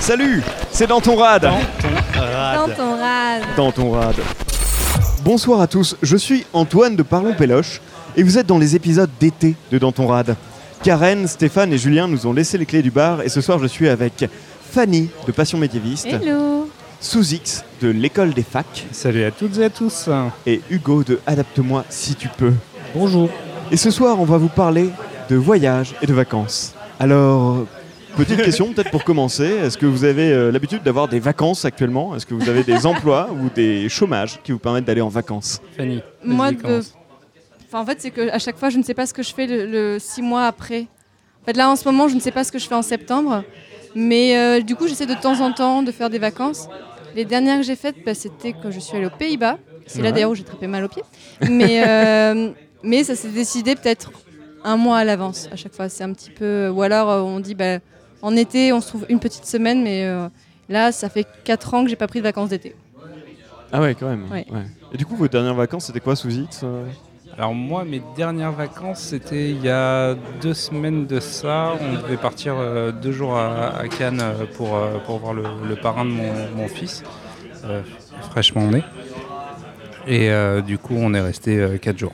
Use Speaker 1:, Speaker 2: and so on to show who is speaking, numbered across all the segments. Speaker 1: Salut, c'est dans ton rad.
Speaker 2: Dans ton rad.
Speaker 1: Dans ton rad. Bonsoir à tous, je suis Antoine de Parlons Péloche et vous êtes dans les épisodes d'été de Dans ton rad. Karen, Stéphane et Julien nous ont laissé les clés du bar et ce soir je suis avec Fanny de Passion médiéviste,
Speaker 2: Hello.
Speaker 1: Souzix de l'école des facs
Speaker 3: Salut à toutes et à tous.
Speaker 1: et Hugo de Adapte-moi si tu peux.
Speaker 3: Bonjour.
Speaker 1: Et ce soir, on va vous parler de voyages et de vacances. Alors, petite question peut-être pour commencer. Est-ce que vous avez euh, l'habitude d'avoir des vacances actuellement Est-ce que vous avez des emplois ou des chômages qui vous permettent d'aller en vacances
Speaker 3: Fanny. vas-y,
Speaker 2: Moi, de...
Speaker 3: commence.
Speaker 2: enfin, en fait, c'est que à chaque fois, je ne sais pas ce que je fais le, le six mois après. En fait, là, en ce moment, je ne sais pas ce que je fais en septembre. Mais euh, du coup, j'essaie de temps en temps de faire des vacances. Les dernières que j'ai faites, bah, c'était quand je suis allée aux Pays-Bas. C'est là
Speaker 3: Ouais.
Speaker 2: d'ailleurs où j'ai tapé mal aux pieds. Mais, euh, mais ça s'est décidé peut-être un mois à l'avance à chaque fois. C'est un petit peu. Ou alors, euh, on dit, bah, en été, on se trouve une petite semaine, mais euh, là, ça fait quatre ans que j'ai pas pris de vacances d'été.
Speaker 1: Ah ouais, quand même.
Speaker 2: Ouais.
Speaker 1: Et du coup, vos dernières vacances, c'était quoi, Suzy
Speaker 3: Alors moi, mes dernières vacances, c'était il y a deux semaines de ça. On devait partir euh, deux jours à, à Cannes euh, pour, euh, pour voir le, le parrain de mon, mon fils, euh, fraîchement né. Et euh, du coup, on est resté euh, quatre jours.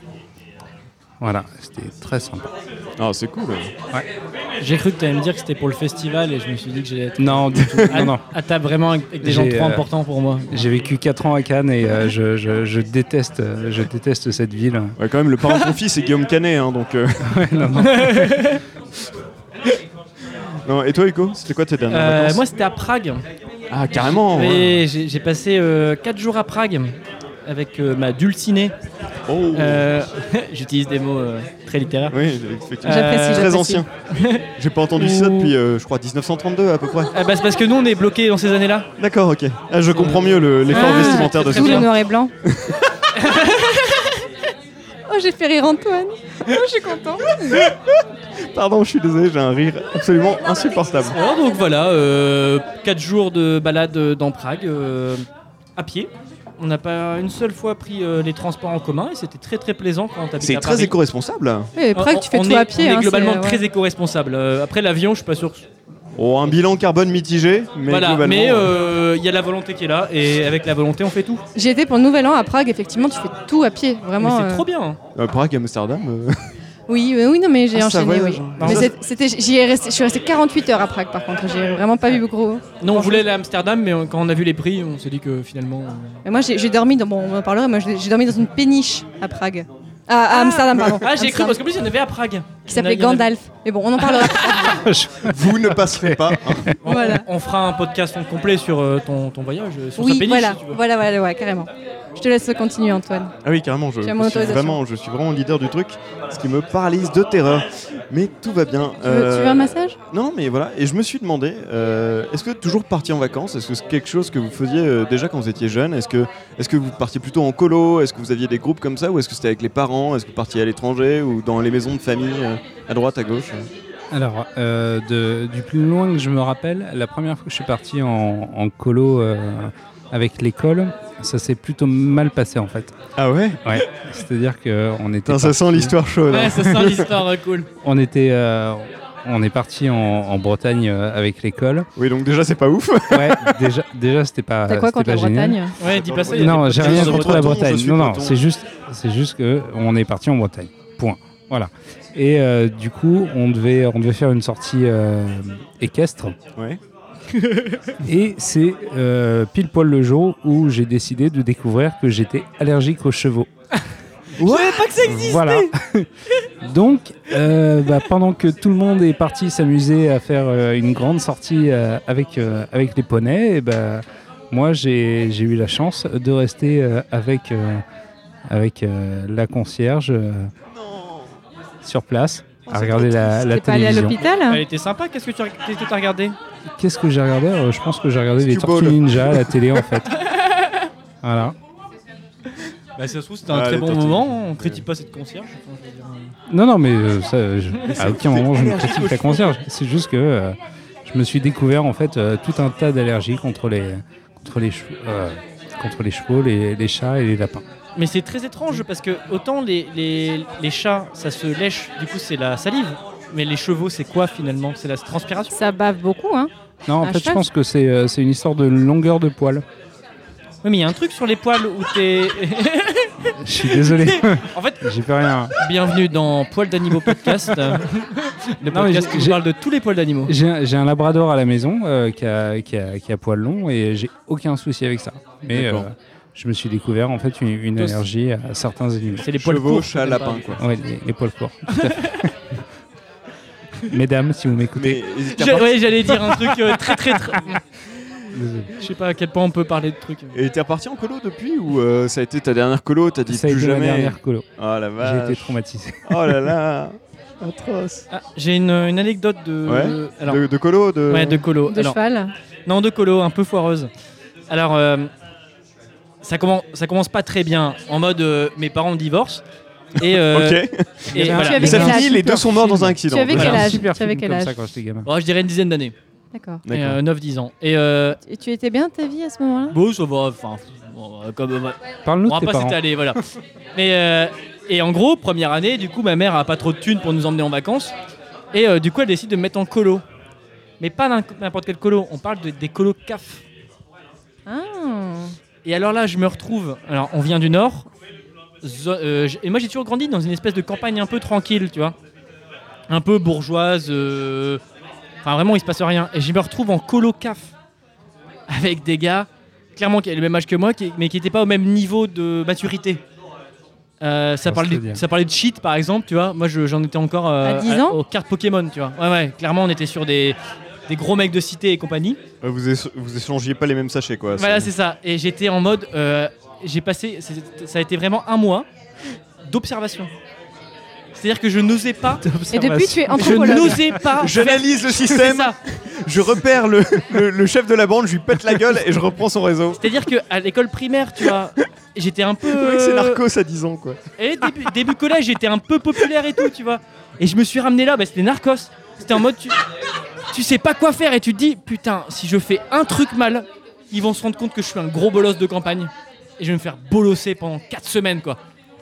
Speaker 3: Voilà, c'était très sympa.
Speaker 1: Ah, c'est cool.
Speaker 4: J'ai cru que tu allais me dire que c'était pour le festival et je me suis dit que j'allais être.
Speaker 3: Non, du tout.
Speaker 4: Ah,
Speaker 3: non, non.
Speaker 4: Ah, t'as vraiment avec avec des gens
Speaker 3: J'ai,
Speaker 4: trop
Speaker 3: euh,
Speaker 4: importants pour moi.
Speaker 3: J'ai vécu quatre ans à Cannes et euh, je, je- je déteste, euh, je déteste cette ville.
Speaker 1: Ouais, quand même, le parent de mon fils, c'est Guillaume Canet, hein, donc. euh,
Speaker 3: Ouais, non, non.
Speaker 1: non, et toi, Hugo, c'était quoi tes dernières
Speaker 4: Euh,
Speaker 1: vacances
Speaker 4: moi, c'était à Prague.
Speaker 1: Ah, carrément. ouais.
Speaker 4: Et J'ai j'ai passé 4 jours à Prague avec euh, ma dulcinée.
Speaker 1: Oh.
Speaker 4: Euh, J'utilise des mots euh, très littéraires.
Speaker 1: Oui, effectivement.
Speaker 2: J'apprécie,
Speaker 1: Très
Speaker 4: Euh,
Speaker 2: j'apprécie.
Speaker 1: ancien. J'ai pas entendu ça depuis, euh, je crois, 1932 à peu près.
Speaker 4: Ah, bah, c'est parce que nous, on est bloqués dans ces années-là.
Speaker 1: D'accord, ok. Ah, je comprends mieux le- l'effort
Speaker 2: Ah,
Speaker 1: vestimentaire de
Speaker 2: D'où
Speaker 1: Suzy.
Speaker 2: le noir et blanc. oh, j'ai fait rire Antoine. Oh, je suis content.
Speaker 1: Pardon, je suis désolé, j'ai un rire absolument insupportable.
Speaker 4: Oh, donc voilà, 4 jours de balade euh, dans Prague euh, à pied. On n'a pas une seule fois pris euh, les transports en commun et c'était très très plaisant quand t'habites
Speaker 1: C'est
Speaker 4: à
Speaker 1: très
Speaker 4: Paris.
Speaker 1: éco-responsable.
Speaker 2: Oui,
Speaker 4: Euh,
Speaker 2: Prague, tu fais
Speaker 4: on
Speaker 2: tout
Speaker 4: est-
Speaker 2: à pied.
Speaker 4: On est
Speaker 2: hein,
Speaker 4: globalement
Speaker 2: c'est- ouais.
Speaker 4: très éco-responsable. Euh, après l'avion, je suis pas sûr. que-
Speaker 1: Oh, un bilan carbone mitigé, mais
Speaker 4: voilà,
Speaker 1: globalement.
Speaker 4: mais euh, il y a la volonté qui est là et avec la volonté, on fait tout.
Speaker 2: J'y étais pour le nouvel an à Prague, effectivement, tu fais tout à pied.
Speaker 4: Mais
Speaker 2: Vraiment.
Speaker 4: c'est
Speaker 2: euh,
Speaker 4: trop bien. hein.
Speaker 1: euh, Prague, Amsterdam. euh,
Speaker 2: Oui, euh, oui, non, mais j'ai
Speaker 1: Ah, ça
Speaker 2: enchaîné.
Speaker 1: voyage,
Speaker 2: oui.
Speaker 1: hein.
Speaker 2: Mais c'est- c'était, j'y ai resté, je suis resté 48 heures à Prague, par contre. J'ai vraiment pas vu beaucoup.
Speaker 4: Non, on voulait aller à Amsterdam, mais on- quand on a vu les prix, on s'est dit que finalement. euh,
Speaker 2: Mais moi, j'ai, j'ai dormi dans. Bon, on en parlera. Moi, j'ai, j'ai dormi dans une péniche à Prague. À, à Amsterdam, pardon.
Speaker 4: Ah, j'ai cru
Speaker 2: Amsterdam,
Speaker 4: parce qu'en plus, il y en avait à Prague.
Speaker 2: Qui s'appelait
Speaker 4: Il y en a- il y en a-
Speaker 2: Gandalf. Mais bon, on en parlera.
Speaker 1: Vous ne passerez pas. hein.
Speaker 4: On,
Speaker 2: Voilà.
Speaker 4: on fera un podcast en complet sur euh, ton, ton voyage, euh, sur sa
Speaker 2: oui,
Speaker 4: péniche,
Speaker 2: voilà,
Speaker 4: si tu veux.
Speaker 2: voilà, voilà, ouais, carrément. Je te laisse continuer, Antoine.
Speaker 1: Ah oui, carrément, je,
Speaker 2: Tu as
Speaker 1: je
Speaker 2: mon
Speaker 1: suis
Speaker 2: autorisation.
Speaker 1: vraiment, je suis vraiment leader du truc, ce qui me paralyse de terreur. Mais tout va bien.
Speaker 2: Tu veux-
Speaker 4: Euh,
Speaker 2: tu veux un massage
Speaker 1: Non, non, mais voilà. Et je me suis demandé, euh, est-ce que toujours parti en vacances, est-ce que c'est quelque chose que vous faisiez euh, déjà quand vous étiez jeune Est-ce que, est-ce que vous partiez plutôt en colo Est-ce que vous aviez des groupes comme ça Ou est-ce que c'était avec les parents Est-ce que vous partiez à l'étranger Ou dans les maisons de famille euh, À droite, à gauche euh
Speaker 3: Alors, euh, de- du plus loin que je me rappelle, la première fois que je suis parti en, en colo euh, avec l'école, ça s'est plutôt mal passé en fait.
Speaker 1: Ah ouais
Speaker 3: Ouais. C'est-à-dire qu'on était.
Speaker 1: Putain, ça
Speaker 3: parti-
Speaker 1: sent l'histoire chaude. hein.
Speaker 4: Ouais, ça sent l'histoire euh, cool.
Speaker 3: On était. euh, on est parti en, en Bretagne euh, avec l'école.
Speaker 1: Oui, donc déjà, c'est pas ouf.
Speaker 3: Ouais, déjà, déjà c'était pas.
Speaker 2: T'as quoi
Speaker 3: Ah, c'était
Speaker 2: contre
Speaker 3: pas
Speaker 2: la
Speaker 3: génial.
Speaker 2: Bretagne
Speaker 4: Ouais, dis pas ça. il y a des
Speaker 3: Non, j'ai
Speaker 4: podcasts
Speaker 3: rien
Speaker 4: sur
Speaker 3: contre
Speaker 4: le
Speaker 3: la
Speaker 1: breton,
Speaker 3: Bretagne.
Speaker 1: je suis
Speaker 3: Non, non,
Speaker 1: breton.
Speaker 3: c'est juste, c'est juste que on est parti en Bretagne. Point. Voilà. Et euh, du coup, on devait, on devait faire une sortie euh, équestre.
Speaker 1: Ouais.
Speaker 3: Et c'est euh, pile poil le jour où j'ai décidé de découvrir que j'étais allergique aux chevaux.
Speaker 4: pas que ça existe.
Speaker 3: Voilà. Donc, euh, bah, pendant que tout le monde est parti s'amuser à faire euh, une grande sortie euh, avec, euh, avec les poneys, et bah, moi j'ai j'ai eu la chance de rester euh, avec, euh, avec euh, la concierge euh, sur place
Speaker 2: Oh,
Speaker 3: à regarder la, la
Speaker 2: T'es pas allé à
Speaker 3: télévision.
Speaker 4: Elle
Speaker 2: l'hôpital
Speaker 4: était sympa. Qu'est-ce que tu as- qu'est-ce que t'as regardé
Speaker 3: Qu'est-ce que j'ai regardé Euh, Je pense que j'ai regardé les
Speaker 1: Stu Ball.
Speaker 3: Tortues Ninja à la télé en fait. Voilà.
Speaker 4: Bah, ça se trouve, c'était
Speaker 1: Ah,
Speaker 4: un très
Speaker 1: les
Speaker 4: bon
Speaker 1: tortillas.
Speaker 4: moment. On critique pas cette concierge. Enfin, je veux dire, euh,
Speaker 3: Non, non, mais euh, ça, euh, je- à aucun moment je ne critique la concierge. C'est juste que euh, je me suis découvert en fait euh, tout un tas d'allergies contre les contre les chevaux, euh, contre les chevaux, les, les chats et les lapins.
Speaker 4: Mais c'est très étrange parce que autant les, les, les chats, ça se lèche, du coup, c'est la salive. Mais les chevaux, c'est quoi finalement C'est la transpiration
Speaker 2: Ça bave beaucoup, hein
Speaker 3: Non, en
Speaker 2: Un
Speaker 3: fait, je
Speaker 2: cheval
Speaker 3: pense que c'est euh, c'est une histoire de longueur de poil.
Speaker 4: Oui, mais il y a un truc sur les poils où t'es.
Speaker 3: Je suis désolé,
Speaker 4: en fait,
Speaker 3: j'ai fait rien.
Speaker 4: bienvenue dans Poils d'animaux podcast. le
Speaker 3: Non, mais
Speaker 4: podcast
Speaker 3: j'ai-
Speaker 4: qui vous
Speaker 3: j'ai-
Speaker 4: parle de tous les poils d'animaux.
Speaker 3: J'ai un, j'ai un labrador à la maison euh, qui, a, qui, a, qui a poil long et j'ai aucun souci avec ça. Mais
Speaker 1: D'accord.
Speaker 3: euh, je me suis découvert en fait une, une
Speaker 4: Tous.
Speaker 3: allergie à certains animaux.
Speaker 4: C'est les poils
Speaker 1: Chevaux,
Speaker 4: courts.
Speaker 1: chat,
Speaker 4: c'est pas-
Speaker 1: lapin, quoi.
Speaker 3: Ouais, les, les poils courts. tout à fait. Mesdames, si vous m'écoutez,
Speaker 1: Mais n'hésitez
Speaker 4: J'ai-
Speaker 1: pas-
Speaker 4: ouais, j'allais dire un truc euh, très très très.
Speaker 3: désolé.
Speaker 4: Je sais pas à quel point on peut parler de trucs.
Speaker 1: Et t'es reparti en colo depuis ou euh, ça a été ta dernière colo T'as dit
Speaker 3: ça a
Speaker 1: plus
Speaker 3: été ma
Speaker 1: jamais
Speaker 3: dernière colo.
Speaker 1: Oh la
Speaker 3: J'ai été
Speaker 1: vache
Speaker 3: traumatisé.
Speaker 1: Oh là là Atroce
Speaker 4: Ah, J'ai une, une anecdote de.
Speaker 1: Ouais.
Speaker 4: alors,
Speaker 1: de, de colo de...
Speaker 4: ouais, de colo.
Speaker 2: de
Speaker 4: Alors,
Speaker 2: cheval.
Speaker 4: Oh, Non, de colo, un peu foireuse. Alors, euh, ça, commence, ça commence pas très bien. En mode, euh, mes parents divorcent. Et, euh,
Speaker 1: Ok
Speaker 4: et
Speaker 3: Tu
Speaker 4: voilà.
Speaker 2: avais
Speaker 1: Et ça
Speaker 2: quel âge
Speaker 1: finit, les deux sont morts dans un accident.
Speaker 2: Tu avais
Speaker 4: quel
Speaker 3: Voilà, un
Speaker 2: âge
Speaker 3: super
Speaker 2: Tu avais
Speaker 3: film
Speaker 2: quel
Speaker 3: comme
Speaker 2: âge
Speaker 3: ça quand j'étais gamin.
Speaker 4: Oh, je dirais une dizaine d'années.
Speaker 2: D'accord.
Speaker 1: D'accord.
Speaker 4: 9-10 ans. Et euh,
Speaker 2: Et tu étais bien de ta vie à ce moment-là
Speaker 4: bon, ça va. Enfin, bon, euh, comme, euh,
Speaker 3: Parle-nous
Speaker 4: on
Speaker 3: de
Speaker 4: va
Speaker 3: tes
Speaker 4: pas
Speaker 3: parents.
Speaker 4: s'étaler, voilà. Mais, euh, et en gros, première année, du coup, ma mère a pas trop de thunes pour nous emmener en vacances. Et euh, du coup, elle décide de me mettre en colo. Mais pas n'im- n'importe quel colo. On parle de- des colos CAF.
Speaker 2: Ah.
Speaker 4: Et alors là, je me retrouve. Alors, on vient du Nord. Zo- euh, j- et moi, j'ai toujours grandi dans une espèce de campagne un peu tranquille, tu vois. Un peu bourgeoise. euh, Enfin, vraiment, il se passe rien. Et je me retrouve en colo CAF. Avec des gars, clairement, qui avaient le même âge que moi, qui- mais qui n'étaient pas au même niveau de maturité. Euh, ça,
Speaker 3: Faut
Speaker 4: parlait,
Speaker 3: se le
Speaker 4: de-
Speaker 3: dire.
Speaker 4: ça parlait de shit, par exemple, tu vois. Moi, je- j'en étais encore euh,
Speaker 2: À 10 ans
Speaker 4: aux cartes Pokémon, tu vois. Ouais, ouais, clairement, on était sur des, des gros mecs de cité et compagnie.
Speaker 1: Ouais, Euh, Vous, éche- vous échangiez pas les mêmes sachets quoi.
Speaker 4: Voilà, c'est ça. Et j'étais en mode. euh, j'ai passé. c'est- Ça a été vraiment un mois d'observation. C'est-à-dire que je n'osais pas.
Speaker 2: Et depuis, tu es
Speaker 4: bah, Je
Speaker 2: anthropologue.
Speaker 4: n'osais pas.
Speaker 1: J'analyse le
Speaker 4: C'est
Speaker 1: système,
Speaker 4: ça.
Speaker 1: je repère le, le- le chef de la bande, je lui pète la gueule et je reprends son réseau.
Speaker 4: C'est-à-dire qu'à l'école primaire, tu vois, j'étais un peu.
Speaker 1: Le mec, c'est
Speaker 4: euh,
Speaker 1: Narcos à 10 ans quoi.
Speaker 4: Et début, début collège, j'étais un peu populaire et tout, tu vois. Et je me suis ramené là, bah, c'était Narcos. C'était en mode, tu, tu sais pas quoi faire et tu te dis, putain, si je fais un truc mal, ils vont se rendre compte que je suis un gros bolos de campagne. Et je vais me faire bolosser pendant 4 semaines, quoi.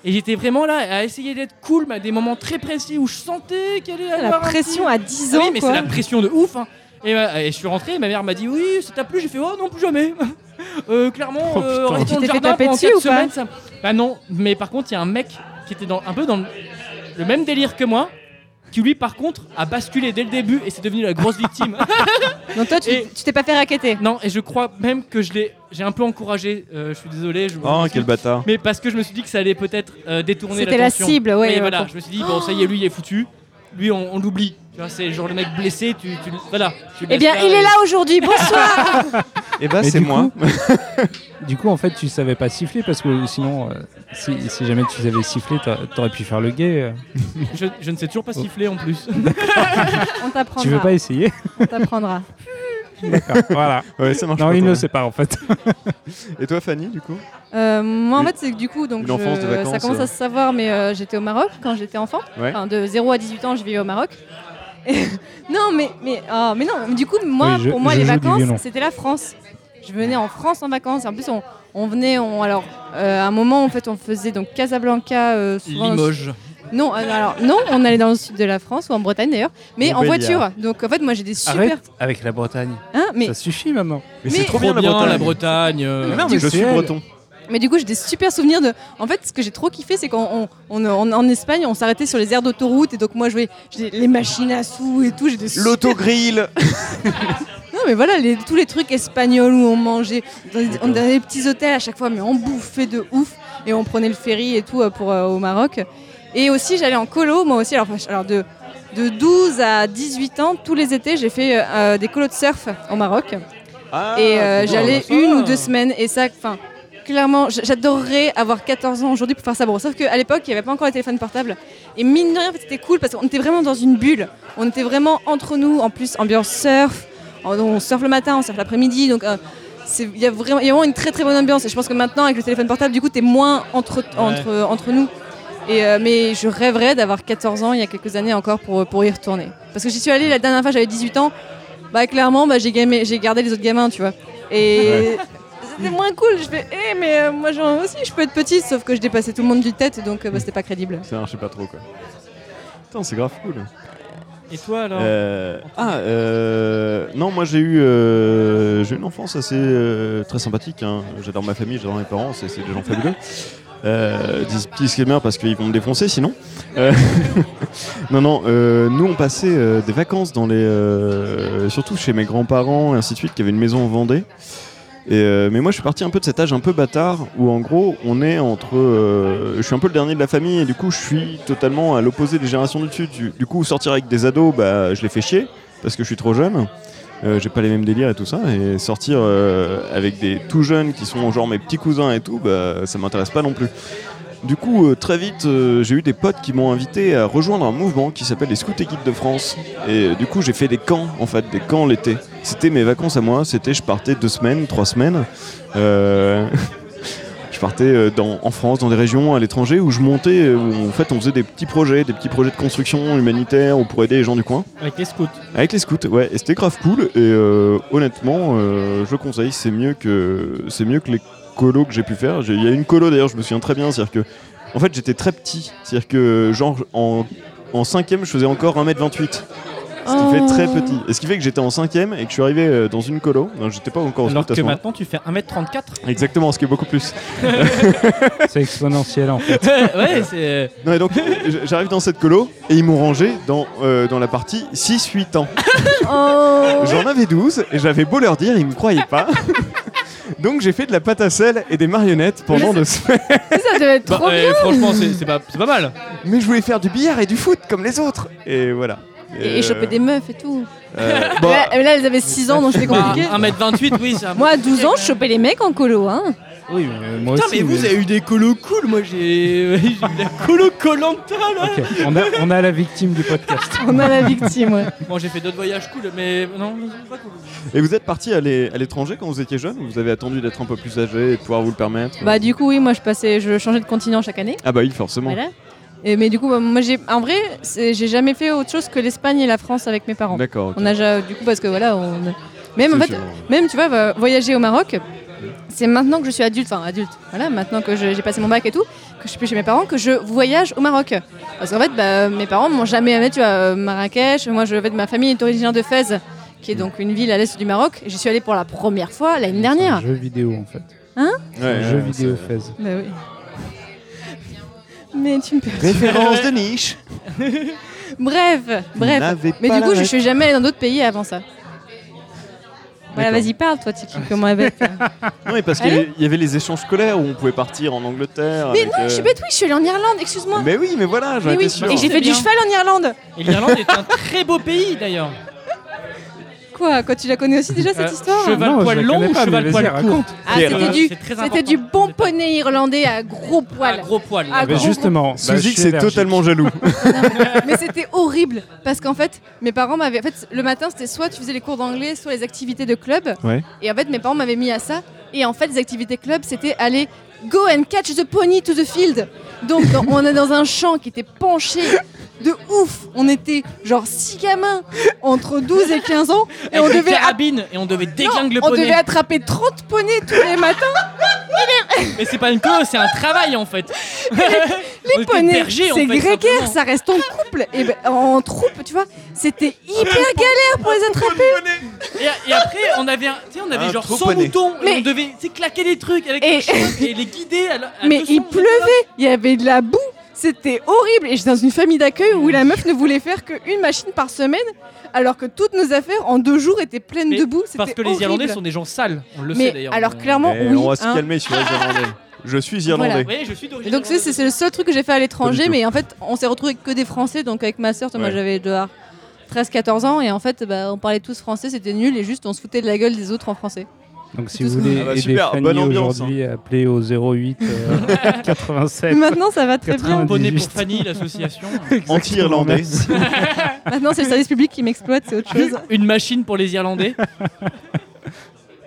Speaker 4: Et j'étais vraiment là à essayer d'être cool, mais à des moments très précis où je sentais qu'elle allait
Speaker 2: La
Speaker 4: avoir un
Speaker 2: pression à 10 ans.
Speaker 4: Ah oui, mais c'est
Speaker 2: quoi.
Speaker 4: la pression de ouf. hein. Et, euh, et je suis rentré, ma mère m'a dit oui, ça t'a plu J'ai fait oh non, plus jamais. Euh, clairement,
Speaker 1: Oh,
Speaker 4: euh,
Speaker 1: putain.
Speaker 4: on était
Speaker 2: Tu
Speaker 4: dans le
Speaker 2: t'es fait
Speaker 4: jardin
Speaker 2: taper
Speaker 4: pendant
Speaker 2: dessus
Speaker 4: quatre
Speaker 2: ou pas
Speaker 4: semaines. ça- Bah non, mais par contre, il y a un mec qui était dans, un peu dans le- le même délire que moi. Qui lui par contre a basculé dès le début et c'est devenu la grosse victime.
Speaker 2: Donc toi, tu
Speaker 4: Et-
Speaker 2: tu t'es pas fait raqueter.
Speaker 4: non et je crois même que je l'ai, j'ai un peu encouragé. euh, je suis désolé. Je
Speaker 1: Oh quel bâtard.
Speaker 4: Mais parce que je me suis dit que ça allait peut-être euh, détourner
Speaker 2: C'était la
Speaker 4: l'attention.
Speaker 2: cible, ouais,
Speaker 4: Oui,
Speaker 2: ouais,
Speaker 4: voilà.
Speaker 2: pour-
Speaker 4: Je me suis dit bon ça y est lui il est foutu. Lui on, on l'oublie. Tu vois c'est genre le mec blessé. Tu, tu- voilà. Tu le
Speaker 2: Eh
Speaker 4: laisses
Speaker 2: bien, il
Speaker 4: et-
Speaker 2: est là aujourd'hui. Bonsoir.
Speaker 1: Et bah
Speaker 3: Mais
Speaker 1: c'est
Speaker 3: du
Speaker 1: moi.
Speaker 3: Du coup, en fait, tu savais pas siffler parce que sinon, euh, si, si jamais tu savais siffler, t'a- t'aurais pu faire le guet. euh.
Speaker 4: Je, je ne sais toujours pas siffler en plus.
Speaker 2: On t'apprendra.
Speaker 3: Tu veux pas essayer
Speaker 2: On t'apprendra.
Speaker 3: D'accord, Voilà.
Speaker 1: Ouais ça marche
Speaker 3: Non,
Speaker 1: pas,
Speaker 3: il
Speaker 1: toi.
Speaker 3: ne sait pas en fait.
Speaker 1: Et toi Fanny du coup
Speaker 2: Euh, moi, en
Speaker 1: Une-
Speaker 2: fait, c'est que du coup, donc,
Speaker 1: une enfance
Speaker 2: je-
Speaker 1: de vacances,
Speaker 2: ça commence
Speaker 1: euh.
Speaker 2: à se savoir, mais euh, j'étais au Maroc quand j'étais enfant.
Speaker 1: Ouais.
Speaker 2: Enfin, de 0 à 18 ans, je vivais au Maroc. Et- non, mais, mais, ah, mais non, mais du coup, moi,
Speaker 3: Oui, je-
Speaker 2: pour moi,
Speaker 3: je
Speaker 2: les
Speaker 3: joue du
Speaker 2: vacances,
Speaker 3: violon.
Speaker 2: c'était la France. Je venais en France en vacances. En plus, on, on venait, on, alors, euh, à un moment, en fait, on faisait donc Casablanca, euh, souvent-
Speaker 4: Limoges.
Speaker 2: Non, euh, alors, non, on allait dans le sud de la France, ou en Bretagne d'ailleurs, mais en
Speaker 1: Montbéliard.
Speaker 2: voiture. Donc, en fait, moi, j'ai des super.
Speaker 3: Arrête avec la Bretagne.
Speaker 2: Hein, mais
Speaker 3: Ça suffit maintenant.
Speaker 1: Mais,
Speaker 2: Mais-
Speaker 1: c'est trop bien, la Bretagne.
Speaker 4: euh,
Speaker 1: Non, mais je suis breton.
Speaker 2: Mais du coup, j'ai des super souvenirs de. En fait, ce que j'ai trop kiffé, c'est qu'en on- on- en- en Espagne, on s'arrêtait sur les aires d'autoroute et donc moi, je jouais j'ai les machines à sous et tout. J'ai des. super-
Speaker 1: L'autogrill
Speaker 2: Non, mais voilà, les- tous les trucs espagnols où on mangeait. dans des- on avait des petits hôtels à chaque fois, mais on bouffait de ouf et on prenait le ferry et tout euh, pour euh, au Maroc. Et aussi, j'allais en colo, moi aussi. Alors, enfin, alors de de 12 à 18 ans, tous les étés, j'ai fait euh, des colos de surf au Maroc.
Speaker 1: Ah,
Speaker 2: Et euh,
Speaker 1: trop bien.
Speaker 2: j'allais
Speaker 4: ça
Speaker 2: une
Speaker 4: va.
Speaker 2: ou deux semaines et ça, enfin, clairement, j- j'adorerais avoir 14 ans aujourd'hui pour faire ça. Bon, sauf qu'à l'époque, il n'y avait pas encore les téléphones portables. Et mine de rien, en fait, c'était cool parce qu'on était vraiment dans une bulle. On était vraiment entre nous, en plus, ambiance surf. On- On surfe le matin, on surfe l'après-midi. Donc, euh, c'est- il y a vraiment il y a vraiment une très très bonne ambiance. Et je pense que maintenant, avec le téléphone portable, du coup, t'es moins entre, entre, entre nous. Et, euh, mais je rêverais d'avoir 14 ans il y a quelques années encore pour, pour y retourner. Parce que j'y suis allée la dernière fois, j'avais 18 ans. Bah clairement, bah, j'ai, gamé- j'ai gardé les autres gamins, tu vois. Et c'était moins cool. Je fais, eh, mais euh, moi j'en aussi, je peux être petite, sauf que je dépassais tout le monde du tête, donc euh, bah, c'était pas crédible.
Speaker 1: Ça marchait pas trop quoi. Putain, c'est grave cool.
Speaker 4: Et toi alors
Speaker 1: Euh, ah, euh, non, moi j'ai eu, euh, j'ai eu une enfance assez euh, très sympathique. hein. J'adore ma famille, j'adore mes parents, c'est c'est des gens fabuleux. Euh, dis- petit disclaimer parce qu'ils vont me défoncer sinon. Euh, non, non, euh, nous on passait euh, des vacances dans les. euh, surtout chez mes grands-parents et ainsi de suite, qui avaient une maison en Vendée. Et, euh, mais moi je suis parti un peu de cet âge un peu bâtard où en gros on est entre. euh, je suis un peu le dernier de la famille et du coup je suis totalement à l'opposé des générations du dessus. Du, du coup sortir avec des ados, bah, je les fais chier parce que je suis trop jeune. Euh, j'ai pas les mêmes délires et tout ça. Et sortir euh, avec des tout jeunes qui sont genre mes petits cousins et tout, bah, ça m'intéresse pas non plus. Du coup, euh, très vite, euh, j'ai eu des potes qui m'ont invité à rejoindre un mouvement qui s'appelle les Scouts et Guides de France. Et euh, du coup, j'ai fait des camps, en fait, des camps l'été. C'était mes vacances à moi, c'était je partais deux semaines, trois semaines. Euh, je partais euh, dans, en France, dans des régions, à l'étranger, où je montais, euh, où en fait, on faisait des petits projets, des petits projets de construction humanitaire, ou pour aider les gens du coin.
Speaker 4: Avec les scouts.
Speaker 1: Avec les scouts, ouais, et c'était grave cool. Et euh, honnêtement, euh, je le conseille, c'est mieux que c'est mieux que les colos que j'ai pu faire. J'ai- Il y a une colo d'ailleurs, je me souviens très bien, c'est-à-dire que en fait j'étais très petit, c'est-à-dire que genre en en cinquième, je faisais encore 1m28, ce qui fait très petit. Et ce qui fait que j'étais en cinquième et que je suis arrivé euh, dans une colo. Non, j'étais pas encore au
Speaker 4: Alors
Speaker 1: scout à
Speaker 4: que
Speaker 1: ce moment-là.
Speaker 4: maintenant tu fais 1m34.
Speaker 1: Exactement, ce qui est beaucoup plus.
Speaker 3: C'est exponentiel en fait.
Speaker 4: ouais, c'est.
Speaker 1: Non, et donc j- j'arrive dans cette colo et ils m'ont rangé dans euh, dans la partie 6-8 ans.
Speaker 2: Oh
Speaker 1: J'en avais 12 et j'avais beau leur dire, ils me croyaient pas. Donc j'ai fait de la pâte à sel et des marionnettes pendant deux semaines.
Speaker 2: Ça devait être
Speaker 4: Bah,
Speaker 2: trop
Speaker 4: euh,
Speaker 2: bien
Speaker 4: franchement, c'est c'est pas, c'est pas mal.
Speaker 1: Mais je voulais faire du billard et du foot comme les autres. Et voilà.
Speaker 2: Et, et choper des meufs et tout.
Speaker 1: euh, bon,
Speaker 2: Mais Là, mais là, elles avaient 6 ans, donc je fais
Speaker 4: Bah,
Speaker 2: compliqué.
Speaker 4: 1m28, oui, c'est un
Speaker 2: Moi, à 12 ans, je chopais les mecs en colo, hein.
Speaker 3: Oui, mais moi
Speaker 4: Putain,
Speaker 3: aussi.
Speaker 4: mais vous avez eu des colos cool. Moi, j'ai j'ai eu de la colo colanta là.
Speaker 3: Ok, on, a, on a la victime du podcast.
Speaker 2: On a la victime, ouais.
Speaker 4: Bon, j'ai fait d'autres voyages cool, mais non, c'est pas cool.
Speaker 1: et vous êtes parti à l'é- à l'étranger quand vous étiez jeune ou vous avez attendu d'être un peu plus âgé et de pouvoir vous le permettre
Speaker 2: Bah, du coup, oui, moi, je passais, je changeais de continent chaque année.
Speaker 1: Ah bah oui, forcément.
Speaker 2: Voilà. Et, mais du coup, bah, moi, j'ai, en vrai, c'est- j'ai jamais fait autre chose que l'Espagne et la France avec mes parents.
Speaker 1: D'accord. ok.
Speaker 2: On a déjà, du coup, parce que voilà, on. Même en
Speaker 1: C'est
Speaker 2: fait,
Speaker 1: sûr.
Speaker 2: même tu vois, va- voyager au Maroc, c'est maintenant que je suis adulte, enfin adulte, voilà, maintenant que je- j'ai passé mon bac et tout, que je suis plus chez mes parents, que je voyage au Maroc. Parce qu'en fait, bah, mes parents m'ont jamais amené, tu vois, euh, Marrakech. Moi, je, en fait, ma famille est originaire de Fès, qui est donc une ville à l'est du Maroc. J'y suis allée pour la première fois l'année dernière.
Speaker 3: Jeu vidéo en fait.
Speaker 1: Ouais,
Speaker 3: Un jeu
Speaker 1: ouais,
Speaker 3: vidéo
Speaker 1: c'est-
Speaker 3: Fez.
Speaker 2: Bah oui. Mais tu me perds.
Speaker 1: Référence de niche.
Speaker 2: Bref, bref.
Speaker 1: N'avez
Speaker 2: Mais
Speaker 1: pas
Speaker 2: du
Speaker 1: la
Speaker 2: coup, je
Speaker 1: ref.
Speaker 2: suis jamais allée dans d'autres pays avant ça. Voilà,
Speaker 1: D'accord.
Speaker 2: vas-y, parle, toi, Tiki, comment elle va être.
Speaker 1: Non, mais
Speaker 4: Ah
Speaker 1: parce qu'il y avait les échanges scolaires où on pouvait partir en Angleterre.
Speaker 2: Mais
Speaker 1: avec,
Speaker 2: non, je suis
Speaker 1: euh,
Speaker 2: bête, oui, je suis allée en Irlande, excuse-moi.
Speaker 1: Mais oui, mais voilà, j'en
Speaker 2: Mais
Speaker 1: étais
Speaker 2: oui,
Speaker 1: sûr.
Speaker 2: et j'ai
Speaker 3: Bah,
Speaker 4: C'est
Speaker 2: fait
Speaker 4: bien.
Speaker 2: du cheval en Irlande.
Speaker 4: Et l'Irlande est un très beau pays d'ailleurs.
Speaker 2: Quoi, quoi, tu la connais aussi déjà cette
Speaker 4: Euh,
Speaker 2: histoire
Speaker 4: Cheval
Speaker 3: Non, je
Speaker 4: poil
Speaker 3: la
Speaker 4: long
Speaker 3: connais
Speaker 4: ou
Speaker 3: pas,
Speaker 4: cheval
Speaker 3: mais
Speaker 4: poil
Speaker 3: vas-y,
Speaker 4: court
Speaker 3: raconte.
Speaker 2: Ah,
Speaker 1: Pierre,
Speaker 2: c'était
Speaker 1: euh,
Speaker 2: du,
Speaker 4: c'est très
Speaker 2: c'était
Speaker 4: important.
Speaker 2: du bon poney irlandais à gros
Speaker 4: Ah,
Speaker 2: poil.
Speaker 4: gros poil.
Speaker 2: Ah,
Speaker 4: d'accord.
Speaker 3: Mais
Speaker 2: gros-
Speaker 3: justement, bah, je
Speaker 1: Suzy,
Speaker 3: suis
Speaker 1: c'est
Speaker 3: allergique.
Speaker 1: totalement jaloux.
Speaker 2: Mais c'était horrible parce qu'en fait, mes parents m'avaient. En fait, le matin, c'était soit tu faisais les cours d'anglais, soit les activités de club.
Speaker 1: Ouais.
Speaker 2: Et en fait, mes parents m'avaient mis à ça. Et en fait, les activités club, c'était aller go and catch the pony to the field. Donc, dans- on est dans un champ qui était penché de ouf. On était genre six gamins entre 12 et 15 ans. Et
Speaker 4: Avec
Speaker 2: on
Speaker 4: une
Speaker 2: devait.
Speaker 4: carabine et on devait déglinguer le
Speaker 2: on
Speaker 4: poney.
Speaker 2: devait attraper 30 poneys tous les matins.
Speaker 4: Mais c'est pas une queue, c'est un travail en fait.
Speaker 2: Les poneys, c'est grégaire, ça reste en couple, et ben, en troupe, tu vois. C'était hyper galère pour les attraper.
Speaker 4: hein. Et, et après, on avait, un- tu sais, on avait
Speaker 1: Un
Speaker 4: genre
Speaker 1: trop
Speaker 4: 100
Speaker 1: poney.
Speaker 4: moutons et
Speaker 2: Mais-
Speaker 4: on devait tu sais, claquer des trucs avec
Speaker 2: Et-
Speaker 4: les choses et les guider. À, la- à
Speaker 2: Mais
Speaker 4: 200,
Speaker 2: il
Speaker 4: on était
Speaker 2: pleuvait, il y avait de la boue, c'était horrible. Et j'étais dans une famille d'accueil où la meuf ne voulait faire qu'une machine par semaine, alors que toutes nos affaires en deux jours étaient pleines
Speaker 4: Mais
Speaker 2: de boue.
Speaker 4: Parce
Speaker 2: c'était
Speaker 4: que les Irlandais
Speaker 2: horrible.
Speaker 4: sont des gens sales, on le sait
Speaker 2: Mais
Speaker 4: d'ailleurs.
Speaker 2: alors
Speaker 4: On-
Speaker 2: clairement,
Speaker 1: Eh,
Speaker 2: oui.
Speaker 1: on va se
Speaker 2: hein.
Speaker 1: calmer, je suis irlandais. Je suis irlandais.
Speaker 4: Oui, je suis d'origine.
Speaker 2: Donc ça, c'est
Speaker 4: irlandaise.
Speaker 2: c'est le seul truc que j'ai fait à
Speaker 1: Pas
Speaker 2: l'étranger,
Speaker 1: du tout.
Speaker 2: mais en fait, on s'est retrouvés que des Français, donc avec ma soeur, moi
Speaker 1: Ouais.
Speaker 2: j'avais dehors 13-14 ans, et en fait, bah, on parlait tous français, c'était nul, et juste on se foutait de la gueule des autres en français.
Speaker 3: Donc si
Speaker 2: Tout
Speaker 3: vous
Speaker 2: ce-
Speaker 3: voulez
Speaker 1: Ah bah,
Speaker 3: aider
Speaker 1: super,
Speaker 3: Fanny
Speaker 1: bonne ambiance, hein.
Speaker 3: aujourd'hui, appelez au 08 euh, 87.
Speaker 2: Maintenant, ça va très bien.
Speaker 3: 90.
Speaker 4: Poney pour
Speaker 3: 18.
Speaker 4: Fanny, l'association.
Speaker 1: Anti-irlandais.
Speaker 2: Maintenant, c'est le service public qui m'exploite, c'est autre chose.
Speaker 4: Une machine pour les Irlandais.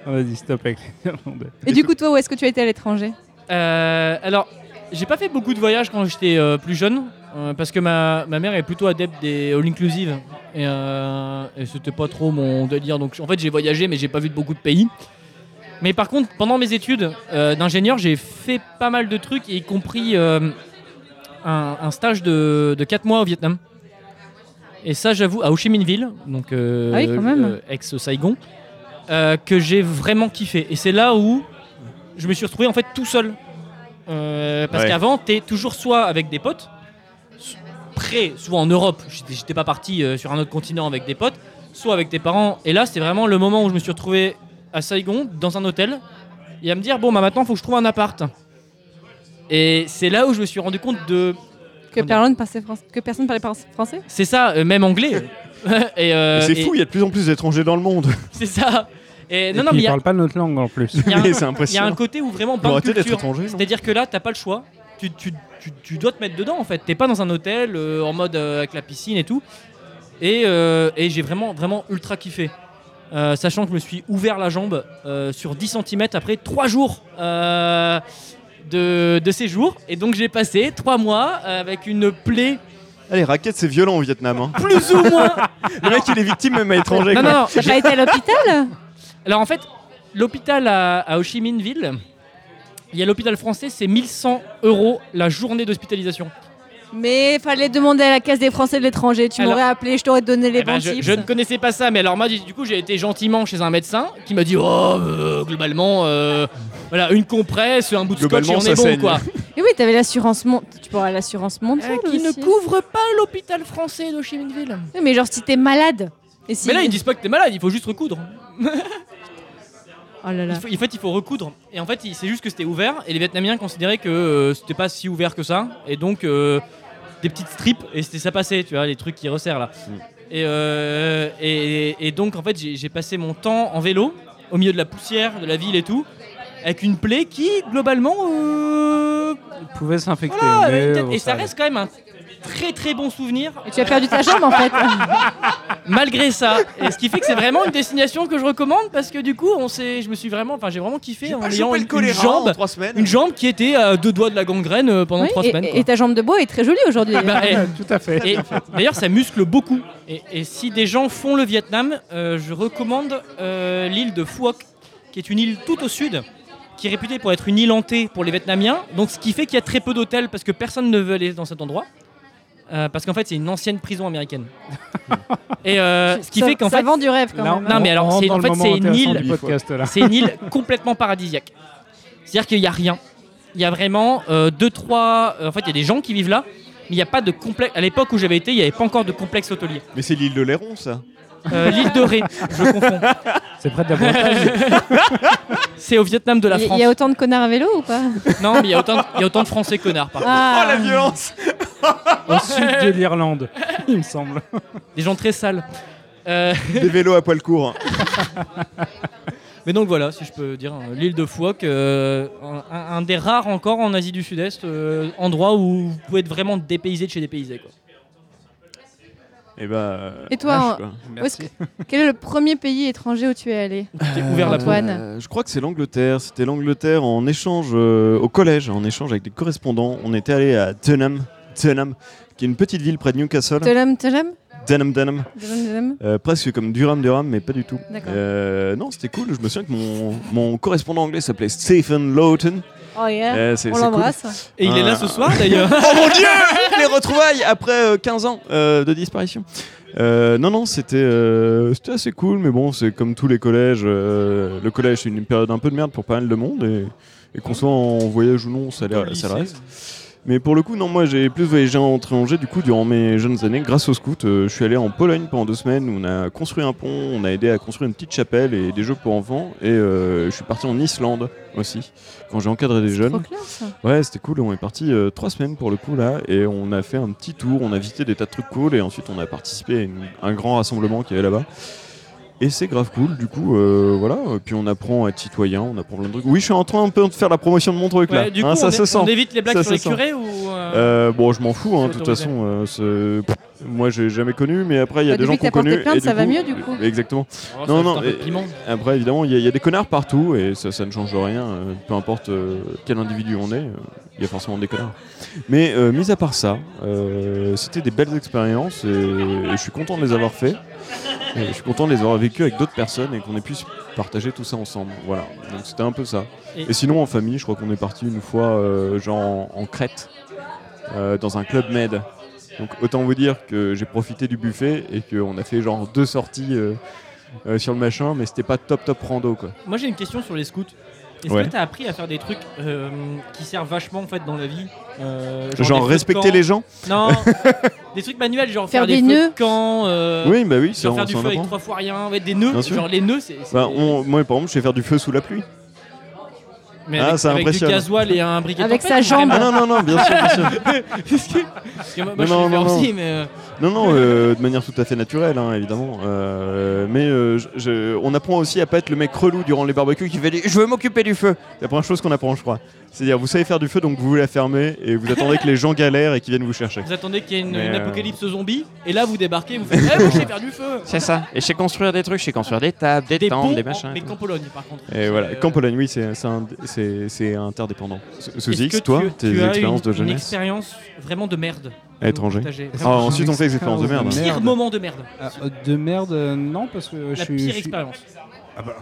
Speaker 3: On a dit Ah, stop avec les Irlandais.
Speaker 2: Et du coup, toi, où est-ce que tu as été à l'étranger
Speaker 4: Euh, alors, j'ai pas fait beaucoup de voyages quand j'étais euh, plus jeune, euh, parce que ma, ma mère est plutôt adepte des all-inclusive. Et, euh, et c'était pas trop mon délire. Donc, en fait, j'ai voyagé, mais j'ai pas vu de beaucoup de pays. Mais par contre, pendant mes études euh, d'ingénieur, j'ai fait pas mal de trucs, y compris euh, un, un stage de, de 4 mois au Vietnam. Et ça, j'avoue, à Ho Chi Minh Ville, donc euh,
Speaker 2: Ah oui, quand même.
Speaker 4: euh, ex-Saigon, euh, que j'ai vraiment kiffé. Et c'est là où je me suis retrouvé en fait tout seul. Euh, parce
Speaker 1: Ouais.
Speaker 4: qu'avant, t'es toujours soit avec des potes, so- près, souvent en Europe, j'étais j'étais pas parti euh, sur un autre continent avec des potes, soit avec tes parents. Et là, c'est vraiment le moment où je me suis retrouvé à Saigon, dans un hôtel, et à me dire bon, bah maintenant, faut que je trouve un appart. Et c'est là où je me suis rendu compte de
Speaker 2: Que
Speaker 4: Comment
Speaker 2: personne,
Speaker 4: dire
Speaker 2: parlait français, que personne parlait par- français
Speaker 4: c'est ça, euh, même anglais. et euh,
Speaker 1: c'est
Speaker 4: et-
Speaker 1: fou, il y a de plus en plus d'étrangers dans le monde.
Speaker 4: C'est ça. Et, non,
Speaker 3: Et
Speaker 4: non,
Speaker 3: puis,
Speaker 4: mais il
Speaker 3: ils
Speaker 4: y a-
Speaker 3: parlent pas notre langue en plus.
Speaker 4: il y, a un-
Speaker 1: Mais c'est
Speaker 4: il y a un
Speaker 1: impressionnant.
Speaker 4: côté où vraiment
Speaker 1: Faut
Speaker 4: pas de
Speaker 1: arrêter d'être
Speaker 4: culture.
Speaker 1: étranger, non
Speaker 4: C'est-à-dire que là, t'as pas le choix. Tu, tu- tu- tu dois te mettre dedans en fait. T'es pas dans un hôtel euh, en mode euh, avec la piscine et tout. Et, euh, et j'ai vraiment, vraiment ultra kiffé. Euh, sachant que je me suis ouvert la jambe euh, sur 10 cm après 3 jours euh, de, de séjour. Et donc j'ai passé 3 mois euh, avec une plaie
Speaker 1: Ah, les raquettes, c'est violent au Vietnam. hein.
Speaker 4: plus ou moins.
Speaker 1: Le mec, il est victime même à étranger.
Speaker 4: non, non,
Speaker 1: quoi.
Speaker 4: non,
Speaker 2: T'as pas été à l'hôpital
Speaker 4: Alors en fait, l'hôpital à, à Ho Chi Minh Ville, il y a l'hôpital français, c'est 1100 euros la journée d'hospitalisation.
Speaker 2: Mais fallait demander à la caisse des Français de l'étranger. Tu
Speaker 4: Alors-
Speaker 2: m'aurais appelé, je t'aurais donné les
Speaker 4: Eh ben,
Speaker 2: bons
Speaker 4: je,
Speaker 2: tips.
Speaker 4: je ne connaissais pas ça, mais alors moi, du coup, j'ai été gentiment chez un médecin qui m'a dit Oh, euh, globalement, euh, voilà, une compresse, un bout de scotch, et
Speaker 1: Globalement,
Speaker 4: on
Speaker 1: ça
Speaker 4: est bon,
Speaker 1: saigne.
Speaker 4: quoi.
Speaker 2: Et oui, t'avais l'assurance monde. Tu pourrais l'assurance mondiale
Speaker 4: Ah, qui ne
Speaker 2: aussi.
Speaker 4: couvre pas l'hôpital français de Chi Minh Ville.
Speaker 2: Oui, mais genre si t'es malade. Et si...
Speaker 4: Mais là, ils disent pas que t'es malade, il faut juste recoudre.
Speaker 2: Oh là là.
Speaker 4: Il faut- en fait, il faut recoudre. Et en fait, il- c'est juste que c'était ouvert. Et les Vietnamiens considéraient que euh, c'était pas si ouvert que ça. Et donc, euh, des petites strips. Et c'était ça passait, tu vois, les trucs qui resserrent là.
Speaker 1: Mm.
Speaker 4: Et, euh, et, et donc, en fait, j'ai j'ai passé mon temps en vélo, au milieu de la poussière, de la ville et tout. Avec une plaie qui, globalement, euh,
Speaker 3: Ils pouvaient s'infecter.
Speaker 4: voilà,
Speaker 3: mais
Speaker 4: euh, peut-être-
Speaker 3: bon,
Speaker 4: et ça
Speaker 3: allait.
Speaker 4: reste quand même un très très bon souvenir
Speaker 2: Et tu as perdu ta jambe en fait.
Speaker 4: malgré ça. Et ce qui fait que c'est vraiment une destination que je recommande parce que du coup, on s'est, je me suis vraiment, enfin, j'ai vraiment kiffé
Speaker 1: J'ai
Speaker 4: en
Speaker 1: Ah, pas
Speaker 4: ayant
Speaker 1: chopé le
Speaker 4: une, une
Speaker 1: choléra en
Speaker 4: jambe,
Speaker 1: trois semaines.
Speaker 4: une jambe qui était à deux doigts de la gangrène euh, pendant
Speaker 2: Oui,
Speaker 4: trois
Speaker 2: et,
Speaker 4: semaines. quoi.
Speaker 2: et ta jambe de bois est très jolie aujourd'hui.
Speaker 4: Bah, eh,
Speaker 3: Tout à fait.
Speaker 4: et d'ailleurs, ça muscle beaucoup. Et, et si des gens font le Vietnam, euh, je recommande euh, l'île de Phu Hoc, qui est une île tout au sud, qui est réputée pour être une île hantée pour les Vietnamiens. Donc, ce qui fait qu'il y a très peu d'hôtels parce que personne ne veut aller dans cet endroit. Euh, parce qu'en fait, c'est une ancienne prison américaine. et euh, ce qui
Speaker 2: ça,
Speaker 4: fait qu'en
Speaker 2: ça
Speaker 4: fait,
Speaker 2: vend du rêve quand
Speaker 3: Là,
Speaker 2: même.
Speaker 4: non,
Speaker 3: on
Speaker 4: mais alors,
Speaker 3: rentre
Speaker 4: c'est-
Speaker 3: dans
Speaker 4: en
Speaker 3: le
Speaker 4: fait,
Speaker 3: moment
Speaker 4: c'est une
Speaker 3: intéressant
Speaker 4: île.
Speaker 3: du podcast, là.
Speaker 4: C'est une île complètement paradisiaque. C'est-à-dire qu'il n'y a rien. Il y a vraiment euh, deux, trois. euh, en fait, il y a des gens qui vivent là, mais il n'y a pas de complexe. À l'époque où j'avais été, il n'y avait pas encore de complexe hôtelier.
Speaker 1: Mais c'est l'île de Léron, ça.
Speaker 4: Euh, L'île de Ré, je confonds.
Speaker 3: C'est près de la Bretagne.
Speaker 4: C'est au Vietnam de la
Speaker 2: Il y-
Speaker 4: France. Oh,
Speaker 2: il y a autant de connards à vélo ou pas
Speaker 4: Non, mais il y a autant de, il y a autant de Français connards, par contre.
Speaker 2: Ah.
Speaker 1: Oh, la violence
Speaker 3: au sud de l'Irlande, il me semble.
Speaker 2: Ah.
Speaker 4: Des gens très sales. Euh,
Speaker 1: Des vélos à poil court.
Speaker 4: mais donc voilà, si je peux dire, euh, l'île de Phu Hoc, euh, un, un- un des rares encore en Asie du Sud-Est, euh, endroit où vous pouvez être vraiment dépaysé de chez dépaysé. Quoi.
Speaker 1: Et bah. euh,
Speaker 2: Et toi,
Speaker 1: vache,
Speaker 2: en-
Speaker 1: quoi.
Speaker 2: Où est-ce que- Quel est le premier pays étranger où tu es allé
Speaker 4: J'ai ouvert la
Speaker 2: Antoine.
Speaker 1: Euh, je crois que c'est l'Angleterre. C'était l'Angleterre en échange euh, au collège, en échange avec des correspondants. On était allé à Dunham, Dunham, qui est une petite ville près de Newcastle.
Speaker 2: Telem, Telem
Speaker 1: Dunham, Dunham.
Speaker 2: Telem, Telem
Speaker 1: Euh, presque comme Durham, Durham, mais pas du tout.
Speaker 2: D'accord.
Speaker 1: Euh, non, c'était cool. Je me souviens que mon, mon correspondant anglais s'appelait Stephen Lawton.
Speaker 2: Oh yeah
Speaker 1: Euh, c'est-
Speaker 2: On
Speaker 1: c'est cool.
Speaker 2: l'embrasse.
Speaker 4: Et il est là
Speaker 1: Ah.
Speaker 4: ce soir d'ailleurs.
Speaker 1: Oh mon dieu Les retrouvailles après euh, 15 ans euh, de disparition. Euh, non, non, c'était euh, c'était assez cool, mais bon, c'est comme tous les collèges. euh, le collège, c'est une période un peu de merde pour pas mal de monde, et, et qu'on soit en voyage ou non, ça, l'a- ça le reste. Mais pour le coup, non, moi j'ai plus voyagé en étranger, du coup, durant mes jeunes années, grâce au scout. euh, je suis allé en Pologne pendant deux semaines, où on a construit un pont, on a aidé à construire une petite chapelle et des jeux pour enfants, et euh, je suis parti en Islande aussi, quand j'ai encadré des jeunes.
Speaker 2: Trop classe.
Speaker 1: Ouais, c'était cool. On est parti euh, trois semaines pour le coup là, et on a fait un petit tour. On a visité des tas de trucs cool, et ensuite on a participé à une- un grand rassemblement qu'il y avait là-bas. Et c'est grave cool. Du coup, euh, voilà. Et puis on apprend à être citoyen, on apprend plein de trucs. Oui, je suis en train un peu de faire la promotion de mon truc là.
Speaker 4: Ouais, du
Speaker 1: Hein,
Speaker 4: coup,
Speaker 1: ça
Speaker 4: on,
Speaker 1: se
Speaker 4: é-
Speaker 1: sent.
Speaker 4: on évite les blagues
Speaker 1: Ça
Speaker 4: sur
Speaker 1: se
Speaker 4: les
Speaker 1: sent.
Speaker 4: curés ou euh,
Speaker 1: Euh, bon, je m'en fous, hein, de
Speaker 4: C'est
Speaker 1: toute
Speaker 4: autorisé.
Speaker 1: façon. euh, c'est- pff, moi, j'ai jamais connu, mais après, il y a
Speaker 2: Bah,
Speaker 1: des gens
Speaker 2: depuis
Speaker 1: qui ont
Speaker 2: que t'as
Speaker 1: connu.
Speaker 2: porté plainte,
Speaker 1: et du
Speaker 2: ça va mieux, du coup.
Speaker 1: Exactement.
Speaker 4: oh, ça
Speaker 1: non,
Speaker 4: reste
Speaker 1: non,
Speaker 4: un peu
Speaker 1: et-
Speaker 4: de piment.
Speaker 1: Après, évidemment, il y, a- il y a des connards partout et ça, ça ne change rien. euh, peu importe euh, quel individu on est, euh, il y a forcément des connards. Mais euh, mis à part ça, euh, c'était des belles expériences et, et je suis content de les avoir fait. Et je suis content de les avoir vécues avec d'autres personnes et qu'on ait pu se partager tout ça ensemble. Voilà, donc c'était un peu ça.
Speaker 4: Et-
Speaker 1: Et, sinon, en famille, je crois qu'on est parti une fois, euh, genre en, en Crète, euh, dans un club med. Donc autant vous dire que j'ai profité du buffet et qu'on a fait genre deux sorties euh, euh, sur le machin, mais c'était pas top top rando quoi.
Speaker 4: Moi j'ai une question sur les scouts. Est-ce
Speaker 1: Ouais.
Speaker 4: que t'as appris à faire des trucs euh, qui servent vachement en fait dans la vie Euh,
Speaker 1: Genre,
Speaker 4: des feux de
Speaker 1: respecter
Speaker 4: camp.
Speaker 1: les gens
Speaker 4: Non, des trucs manuels, genre faire,
Speaker 2: Faire des
Speaker 4: feux de
Speaker 2: nœuds.
Speaker 4: camp, euh,
Speaker 1: Oui, bah oui, ça
Speaker 4: genre
Speaker 1: on
Speaker 4: faire du
Speaker 1: s'en
Speaker 4: feu avec
Speaker 1: apprend.
Speaker 4: trois fois rien, ouais, des nœuds.
Speaker 1: Bien sûr.
Speaker 4: Genre les nœuds, c'est. c'est-
Speaker 1: Bah, on- moi par exemple, je sais faire du feu sous la pluie.
Speaker 4: Mais
Speaker 1: Ah,
Speaker 4: avec,
Speaker 1: ça
Speaker 4: avec du
Speaker 1: impressionne.
Speaker 4: gasoil et un briquet de
Speaker 2: Avec
Speaker 4: tempête,
Speaker 2: sa jambe.
Speaker 1: Ah
Speaker 4: vraiment.
Speaker 1: non, non, non, bien sûr, bien sûr.
Speaker 4: Parce que moi,
Speaker 1: Non,
Speaker 4: moi, je
Speaker 1: non,
Speaker 4: l'ai fait
Speaker 1: non,
Speaker 4: aussi, mais. euh,
Speaker 1: Non, non, euh, de manière tout à fait naturelle, hein, évidemment. Euh, mais euh, je- je- on apprend aussi à pas être le mec relou durant les barbecues qui fait des- Je veux m'occuper du feu !» C'est la première chose qu'on apprend, je crois. C'est-à-dire, vous savez faire du feu, donc vous la fermez et vous attendez que les gens galèrent et qu'ils viennent vous chercher.
Speaker 4: Vous attendez qu'il y ait une,
Speaker 1: Mais,
Speaker 4: une
Speaker 1: euh,
Speaker 4: apocalypse zombie, et là vous débarquez, vous faites Eh, moi j'ai perdu feu
Speaker 5: C'est ça. Et je sais construire des trucs, je sais construire des tables, des,
Speaker 4: Des
Speaker 5: tentes,
Speaker 4: ponts,
Speaker 5: des machins.
Speaker 4: mais qu'en Pologne par contre.
Speaker 1: Et voilà,
Speaker 4: Euh,
Speaker 1: Camp Pologne, oui, c'est c'est un- c'est- c'est interdépendant. Sous-
Speaker 4: est-ce
Speaker 1: Sous
Speaker 4: que
Speaker 1: X, toi,
Speaker 4: tu-
Speaker 1: tes
Speaker 4: tu as
Speaker 1: expériences
Speaker 4: une,
Speaker 1: de
Speaker 4: Une
Speaker 1: jeunesse
Speaker 4: expérience vraiment de merde.
Speaker 1: à l'étranger
Speaker 4: Partagée.
Speaker 1: Ah,
Speaker 4: Vraiment.
Speaker 1: ensuite, on fait des expériences de merde.
Speaker 4: Pire
Speaker 3: Merde.
Speaker 4: moment de merde.
Speaker 3: Ah, euh, de merde, euh, non, parce que je
Speaker 4: La
Speaker 3: suis.
Speaker 4: pire
Speaker 3: je suis-
Speaker 4: expérience.
Speaker 3: Ah bah,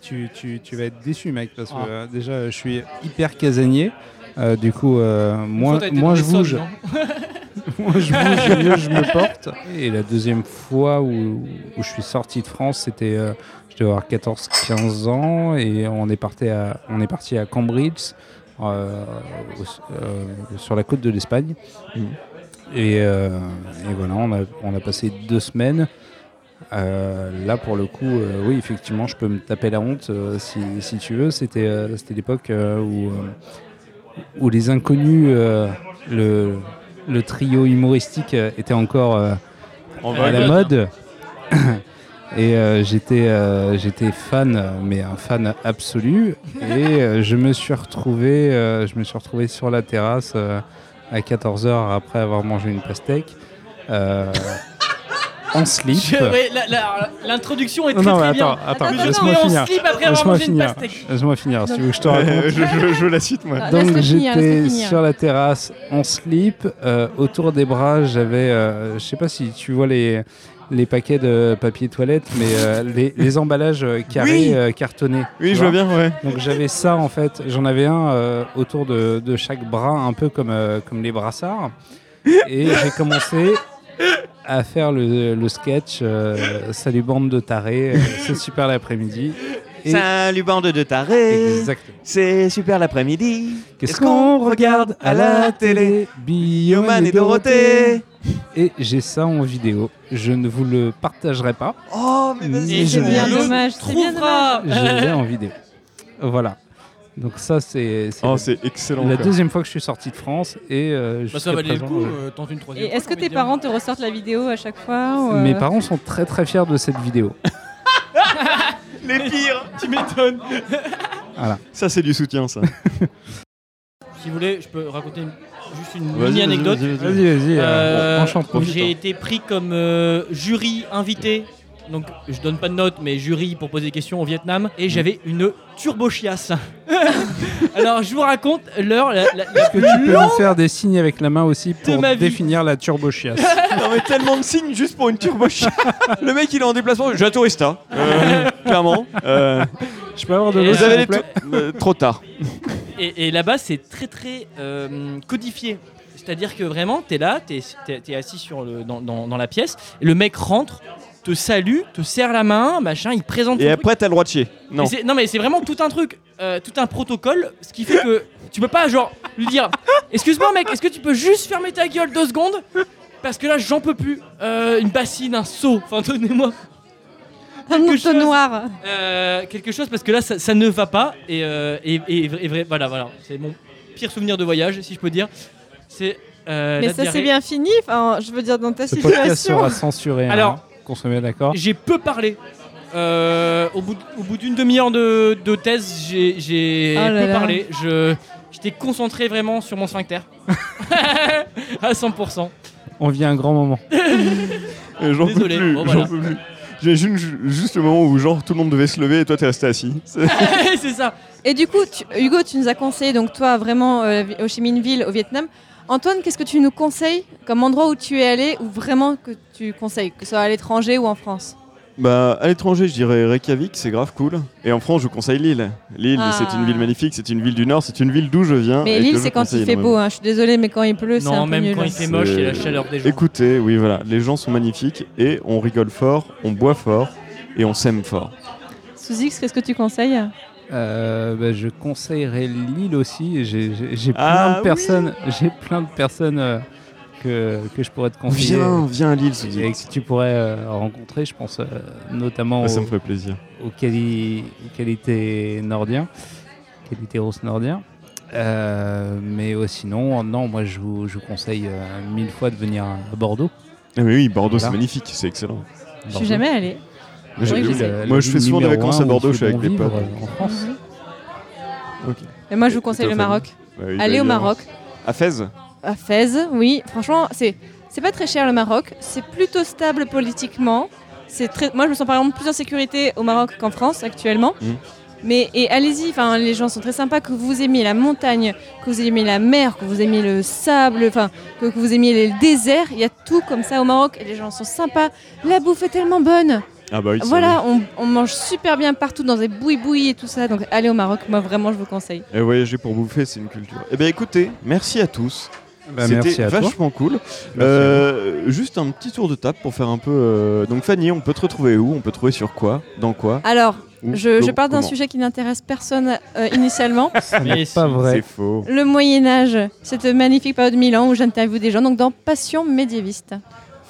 Speaker 3: tu, tu- tu vas être déçu, mec, parce que
Speaker 4: Ah.
Speaker 3: euh, déjà, je suis hyper casanier. Euh, du coup, euh, moins,
Speaker 4: Toi, t'as été dans
Speaker 3: moins je
Speaker 4: l'Essonne,
Speaker 3: bouge,
Speaker 4: non
Speaker 3: moins je bouge, mieux je me porte. Et la deuxième fois où, où je suis sorti de France, c'était, euh, je devais avoir 14-15 ans, et on est parti à, on est parti à Cambridge, euh, au- euh, sur la côte de l'Espagne.
Speaker 1: Mhm.
Speaker 3: Et, euh, et voilà, on a, on a passé deux semaines. Euh, là, pour le coup, euh, oui, effectivement, je peux me taper la honte euh, si, si tu veux. C'était euh, c'était l'époque euh, où, euh, où les inconnus, euh, le, le trio humoristique euh, était encore euh,
Speaker 1: En
Speaker 4: Ouais,
Speaker 3: à
Speaker 1: vrai,
Speaker 3: la
Speaker 4: mode.
Speaker 3: mode. Et euh, j'étais euh, j'étais fan, mais un fan absolu. Et euh, je me suis retrouvé euh, je me suis retrouvé sur la terrasse euh, à 14 h après avoir mangé une pastèque euh, en slip.
Speaker 4: Je- ouais, la- la- L'introduction est
Speaker 3: Non,
Speaker 4: très
Speaker 3: non, mais
Speaker 4: très
Speaker 3: attends,
Speaker 4: bien.
Speaker 3: attends,
Speaker 2: Attends, attends,
Speaker 4: Mais
Speaker 3: laisse-moi
Speaker 4: en
Speaker 3: finir.
Speaker 4: slip après avoir
Speaker 3: Laisse-moi
Speaker 4: mangé une
Speaker 3: finir.
Speaker 4: pastèque.
Speaker 3: Laisse-moi finir. Si tu veux que je te raconte.
Speaker 1: euh, je, je- je la cite, moi.
Speaker 2: Ah,
Speaker 3: Donc
Speaker 2: laisse-le finir, laisse-le
Speaker 3: j'étais
Speaker 2: finir.
Speaker 3: sur la terrasse en slip, euh, autour des bras j'avais, euh, je sais pas si tu vois les, les paquets de papier toilette, mais euh, les, les emballages euh, carrés
Speaker 1: Oui.
Speaker 3: euh, cartonnés.
Speaker 1: Oui,
Speaker 3: tu
Speaker 1: je vois bien, ouais.
Speaker 3: Donc j'avais ça en fait, j'en avais un euh, autour de, de chaque bras, un peu comme, euh, comme les brassards. Et j'ai commencé à faire le, le sketch euh, Salut bande de tarés, euh, c'est super l'après-midi. Et-
Speaker 5: Salut bande de tarés,
Speaker 3: Exactement.
Speaker 5: c'est super l'après-midi.
Speaker 3: Qu'est-ce qu'on regarde à la télé Bioman et Dorothée Et j'ai ça en vidéo. Je ne vous le partagerai pas.
Speaker 5: Oh,
Speaker 3: mais vas-y.
Speaker 4: Et
Speaker 3: C'est
Speaker 4: je-
Speaker 3: bien
Speaker 4: l'autre
Speaker 2: dommage, c'est bien
Speaker 4: trouvera.
Speaker 3: Je l'ai en vidéo. Voilà. Donc ça, c'est c'est
Speaker 1: Oh,
Speaker 3: la-
Speaker 1: c'est excellent.
Speaker 3: la
Speaker 1: quoi.
Speaker 3: deuxième fois que je suis sorti de France. Et euh,
Speaker 4: Bah,
Speaker 3: jusqu'à
Speaker 4: ça valait le
Speaker 3: présent,
Speaker 4: coup,
Speaker 3: euh,
Speaker 4: euh, tente une
Speaker 2: Et
Speaker 4: troisième.
Speaker 2: est-ce que
Speaker 4: fois,
Speaker 2: tes
Speaker 4: j'ai envie de
Speaker 2: parents te ressortent la vidéo à chaque fois ou, euh,
Speaker 3: Mes parents sont très très fiers de cette vidéo.
Speaker 1: Les pires
Speaker 4: dire. Tu m'étonnes.
Speaker 3: Voilà.
Speaker 1: Ça, c'est du soutien, ça.
Speaker 4: Si vous voulez, je peux raconter une- juste une
Speaker 1: Vas-y,
Speaker 4: mini
Speaker 1: vas-y,
Speaker 4: anecdote.
Speaker 1: vas-y, vas-y.
Speaker 3: Vas-y, vas-y.
Speaker 4: Euh,
Speaker 1: hein.
Speaker 4: J'ai
Speaker 3: Enchanté.
Speaker 4: été pris comme euh, jury invité. Donc je donne pas de notes, mais jury pour poser des questions au Vietnam.
Speaker 1: Mm.
Speaker 4: Et j'avais une turbo chiasse. Alors je vous raconte l'heure. La, la- la
Speaker 3: Est-ce que tu peux nous faire des signes avec la main aussi pour
Speaker 4: ma vie.
Speaker 3: définir la turbochiasse
Speaker 1: Non mais tellement de signes juste pour une turboche. Le mec il est en déplacement, je suis un tourista. Euh, clairement. Euh,
Speaker 3: Je peux avoir de
Speaker 4: Et
Speaker 3: l'eau
Speaker 1: vous
Speaker 3: s'il
Speaker 1: avez
Speaker 3: vous
Speaker 1: des
Speaker 3: plaît
Speaker 1: tou- euh, trop tard.
Speaker 4: Et, et là-bas, c'est très très euh, codifié. C'est-à-dire que vraiment, t'es là, t'es es, assis sur le, dans, dans- dans la pièce, et le mec rentre, te salue, te serre la main, machin, il présente.
Speaker 1: Et
Speaker 4: son
Speaker 1: après t'as le droit de chier. Non.
Speaker 4: Mais c'est- mais c'est vraiment tout un truc, euh, tout un protocole, ce qui fait que tu peux pas genre lui dire Excuse-moi mec, est-ce que tu peux juste fermer ta gueule deux secondes Parce que là j'en peux plus. Euh, une bassine, un seau, enfin donnez-moi
Speaker 2: Un
Speaker 4: quelque chose
Speaker 2: entonnoir
Speaker 4: euh, quelque chose parce que là ça, ça ne va pas et, euh, et- et- et vrai- voilà voilà c'est mon pire souvenir de voyage si je peux dire c'est euh,
Speaker 2: Mais
Speaker 4: la
Speaker 2: ça c'est
Speaker 4: diarrhée.
Speaker 2: bien fini, enfin, je veux dire, dans ta
Speaker 3: Ce podcast
Speaker 2: situation.
Speaker 3: sera censuré.
Speaker 4: Alors-
Speaker 3: Alors, qu'on se met d'accord.
Speaker 4: j'ai peu parlé Euh, au bout de- au bout d'une demi-heure de, de thèse j'ai j'ai
Speaker 2: Oh là
Speaker 4: peu
Speaker 2: là.
Speaker 4: parlé je j'étais concentré vraiment sur mon sphincter à 100%
Speaker 3: On vit un grand moment.
Speaker 1: Euh, J'en peux
Speaker 4: désolé.
Speaker 1: plus.
Speaker 4: Bon,
Speaker 1: j'en
Speaker 4: voilà.
Speaker 1: peux plus. J'imagine ju- juste le moment où genre tout le monde devait se lever et toi t'es resté assis. C'est-
Speaker 4: c'est ça
Speaker 2: Et du coup, tu- Hugo, tu nous as conseillé, donc toi, vraiment, euh, Ho Chi Minh Ville au Vietnam. Antoine, qu'est-ce que tu nous conseilles comme endroit où tu es allé ou vraiment que tu conseilles, que ce soit à l'étranger ou en France
Speaker 1: Bah, à l'étranger, je dirais Reykjavik, c'est grave cool. Et en France, je vous conseille Lille. Lille,
Speaker 2: Ah.
Speaker 1: c'est une ville magnifique, c'est une ville du Nord, c'est une ville d'où je viens.
Speaker 2: Mais
Speaker 1: et que
Speaker 2: Lille,
Speaker 1: je
Speaker 2: c'est quand
Speaker 1: conseille
Speaker 2: il fait beau.
Speaker 1: énormément.
Speaker 2: hein. Je suis désolée, mais quand il pleut, c'est
Speaker 4: Non,
Speaker 2: un peu
Speaker 4: même
Speaker 2: nul. hein.
Speaker 4: quand il fait moche,
Speaker 1: C'est-
Speaker 4: il y a la chaleur des gens.
Speaker 1: Écoutez, oui, voilà, les gens sont magnifiques et on rigole fort, on boit fort et on s'aime fort.
Speaker 2: Sous X, qu'est-ce que tu conseilles
Speaker 3: Euh, bah, je conseillerais Lille aussi. J'ai- J'ai j'ai plein,
Speaker 1: Ah
Speaker 3: de
Speaker 1: oui.
Speaker 3: personnes. J'ai plein de personnes euh, que, que je pourrais te conseiller.
Speaker 1: Viens, viens à Lille, se dit.
Speaker 3: Et que tu pourrais euh, rencontrer, je pense euh, notamment
Speaker 1: Ah, ça
Speaker 3: au-
Speaker 1: me ferait plaisir.
Speaker 3: aux, quali- aux qualités nordiens, qualités russes nordiens. Euh, mais euh, sinon, euh, non, moi je vous, je vous conseille euh, mille fois de venir à Bordeaux.
Speaker 1: Ah, mais oui, Bordeaux,
Speaker 3: Voilà.
Speaker 1: c'est magnifique, c'est excellent.
Speaker 2: Je suis jamais allée.
Speaker 1: Mais j'ai-
Speaker 2: Oui, je
Speaker 3: Bordeaux,
Speaker 2: sais.
Speaker 3: la- la
Speaker 1: Moi, je
Speaker 3: ville
Speaker 1: fais souvent des
Speaker 3: numéro
Speaker 1: vacances à
Speaker 3: un où il
Speaker 1: Bordeaux, je
Speaker 3: fait
Speaker 1: suis avec
Speaker 3: bon
Speaker 1: les
Speaker 3: vivre,
Speaker 1: potes.
Speaker 3: euh, En France.
Speaker 1: Ok.
Speaker 2: Et Mhm. moi, je vous
Speaker 1: Et
Speaker 2: conseille
Speaker 1: toi,
Speaker 2: le
Speaker 1: Fanny
Speaker 2: Maroc.
Speaker 1: Bah oui,
Speaker 2: Allez
Speaker 1: bah,
Speaker 2: au
Speaker 1: viens.
Speaker 2: Maroc.
Speaker 1: À Fès
Speaker 2: À Fès, oui. Franchement, c'est c'est pas très cher le Maroc. C'est plutôt stable politiquement. C'est très. Moi, je me sens par exemple plus en sécurité au Maroc qu'en France actuellement.
Speaker 1: Mhm.
Speaker 2: Mais et allez-y. Enfin, les gens sont très sympas. Que vous aimiez la montagne, que vous aimiez la mer, que vous aimiez le sable, enfin que, que vous aimiez le désert. Il y a tout comme ça au Maroc. Et les gens sont sympas. La bouffe est tellement bonne.
Speaker 1: Ah bah oui, ça,
Speaker 2: voilà, on, on mange super bien partout dans des bouilles-bouilles et tout ça. Donc allez au Maroc. Moi, vraiment, je vous conseille.
Speaker 1: Et voyager pour bouffer, c'est une culture. Eh bien, écoutez, merci à tous.
Speaker 3: Bah, merci
Speaker 1: C'était
Speaker 3: à toi.
Speaker 1: vachement cool. Euh, juste un petit tour de table pour faire un peu. euh, Donc, Fanny, on peut te retrouver où On peut te trouver sur quoi Dans quoi
Speaker 2: Alors,
Speaker 1: Où
Speaker 2: je, je
Speaker 1: Com-
Speaker 2: parle d'un
Speaker 1: Mm. comment
Speaker 2: sujet qui n'intéresse personne euh, initialement.
Speaker 3: Ça
Speaker 4: Mais
Speaker 3: n'est
Speaker 4: si,
Speaker 3: Ah, pas
Speaker 1: C'est
Speaker 3: vrai.
Speaker 1: faux.
Speaker 2: le Moyen Âge, cette magnifique période de Milan où j'interviewe des gens, donc dans Passion médiéviste.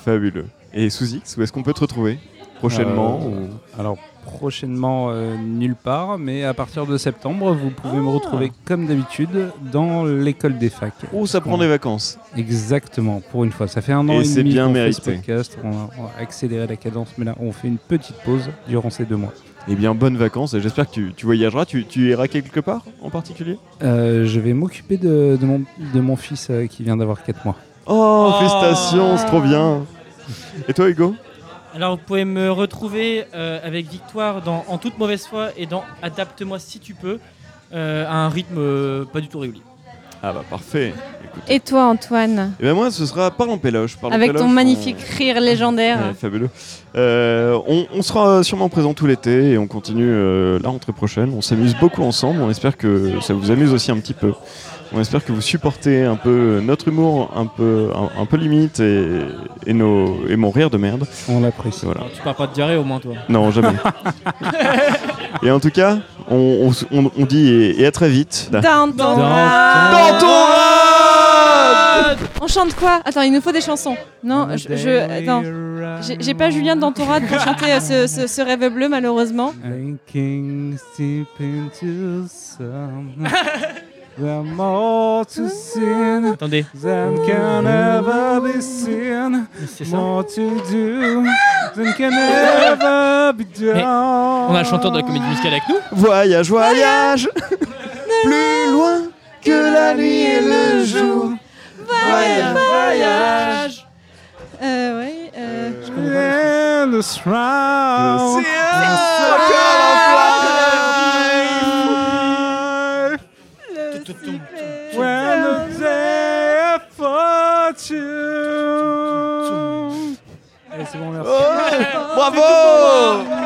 Speaker 1: Fabuleux. Et Sous X, où est-ce qu'on peut te retrouver Prochainement
Speaker 3: Euh,
Speaker 1: ou-
Speaker 3: Alors prochainement euh, nulle part, mais à partir de septembre, vous pouvez
Speaker 1: Ah.
Speaker 3: me retrouver comme d'habitude dans l'école des facs.
Speaker 1: Oh, ça prend des vacances.
Speaker 3: Exactement, pour une fois. Ça fait un an
Speaker 1: Et
Speaker 3: et,
Speaker 1: c'est
Speaker 3: demi
Speaker 1: bien
Speaker 3: qu'on
Speaker 1: mérité.
Speaker 3: fait ce podcast. On a, on a accéléré la cadence, mais là, on fait une petite pause durant ces deux mois.
Speaker 1: Eh bien, bonnes vacances. et J'espère que tu, tu voyageras. Tu, tu iras quelque part en particulier
Speaker 3: Euh, je vais m'occuper de, de mon, de mon fils euh, qui vient d'avoir 4 mois.
Speaker 1: Oh,
Speaker 4: Oh.
Speaker 1: félicitations, c'est trop bien. Et toi, Hugo
Speaker 4: Alors vous pouvez me retrouver euh, avec Victoire dans En toute mauvaise foi et dans Adapte-moi si tu peux, euh, à un rythme euh, pas du tout régulier.
Speaker 1: Ah bah parfait. Écoute.
Speaker 2: Et toi Antoine,
Speaker 1: Eh bien moi, ce sera Parle en Péloche. Parle en
Speaker 2: avec
Speaker 1: Péloche,
Speaker 2: ton
Speaker 1: on-
Speaker 2: magnifique rire légendaire.
Speaker 1: Ouais, fabuleux. Euh, on, on sera sûrement présent tout l'été et on continue euh, la rentrée prochaine. On s'amuse beaucoup ensemble. On espère que ça vous amuse aussi un petit peu. On espère que vous supportez un peu notre humour, un peu, un, un peu limite et, et nos, et mon rire de merde.
Speaker 3: On l'apprécie.
Speaker 1: Voilà.
Speaker 4: Alors, tu parles pas de diarrhée au moins toi.
Speaker 1: Non, jamais. et en tout cas, on, on s- on- on dit et, et à très vite.
Speaker 2: Dans ton
Speaker 4: Dans
Speaker 2: rap.
Speaker 1: ton rap
Speaker 2: On chante quoi Attends, il nous faut des chansons. Non, je, je- attends. J'ai j'ai pas Julien Dantorat pour chanter euh, ce, ce- ce rêve bleu malheureusement.
Speaker 3: Thinking deep into some. There more to sin
Speaker 4: Attendez,
Speaker 3: than can ever be seen.
Speaker 4: mais c'est ça
Speaker 3: More to do than can ever be
Speaker 4: Mais
Speaker 3: done.
Speaker 4: On a le chanteur de la comédie musicale avec nous
Speaker 1: Voyage, voyage Plus loin que la nuit et le jour. Voyage, voyage
Speaker 2: Euh, ouais, euh,
Speaker 3: In the surround. When the day for you. Allez, c'est bon, merci.
Speaker 1: Bravo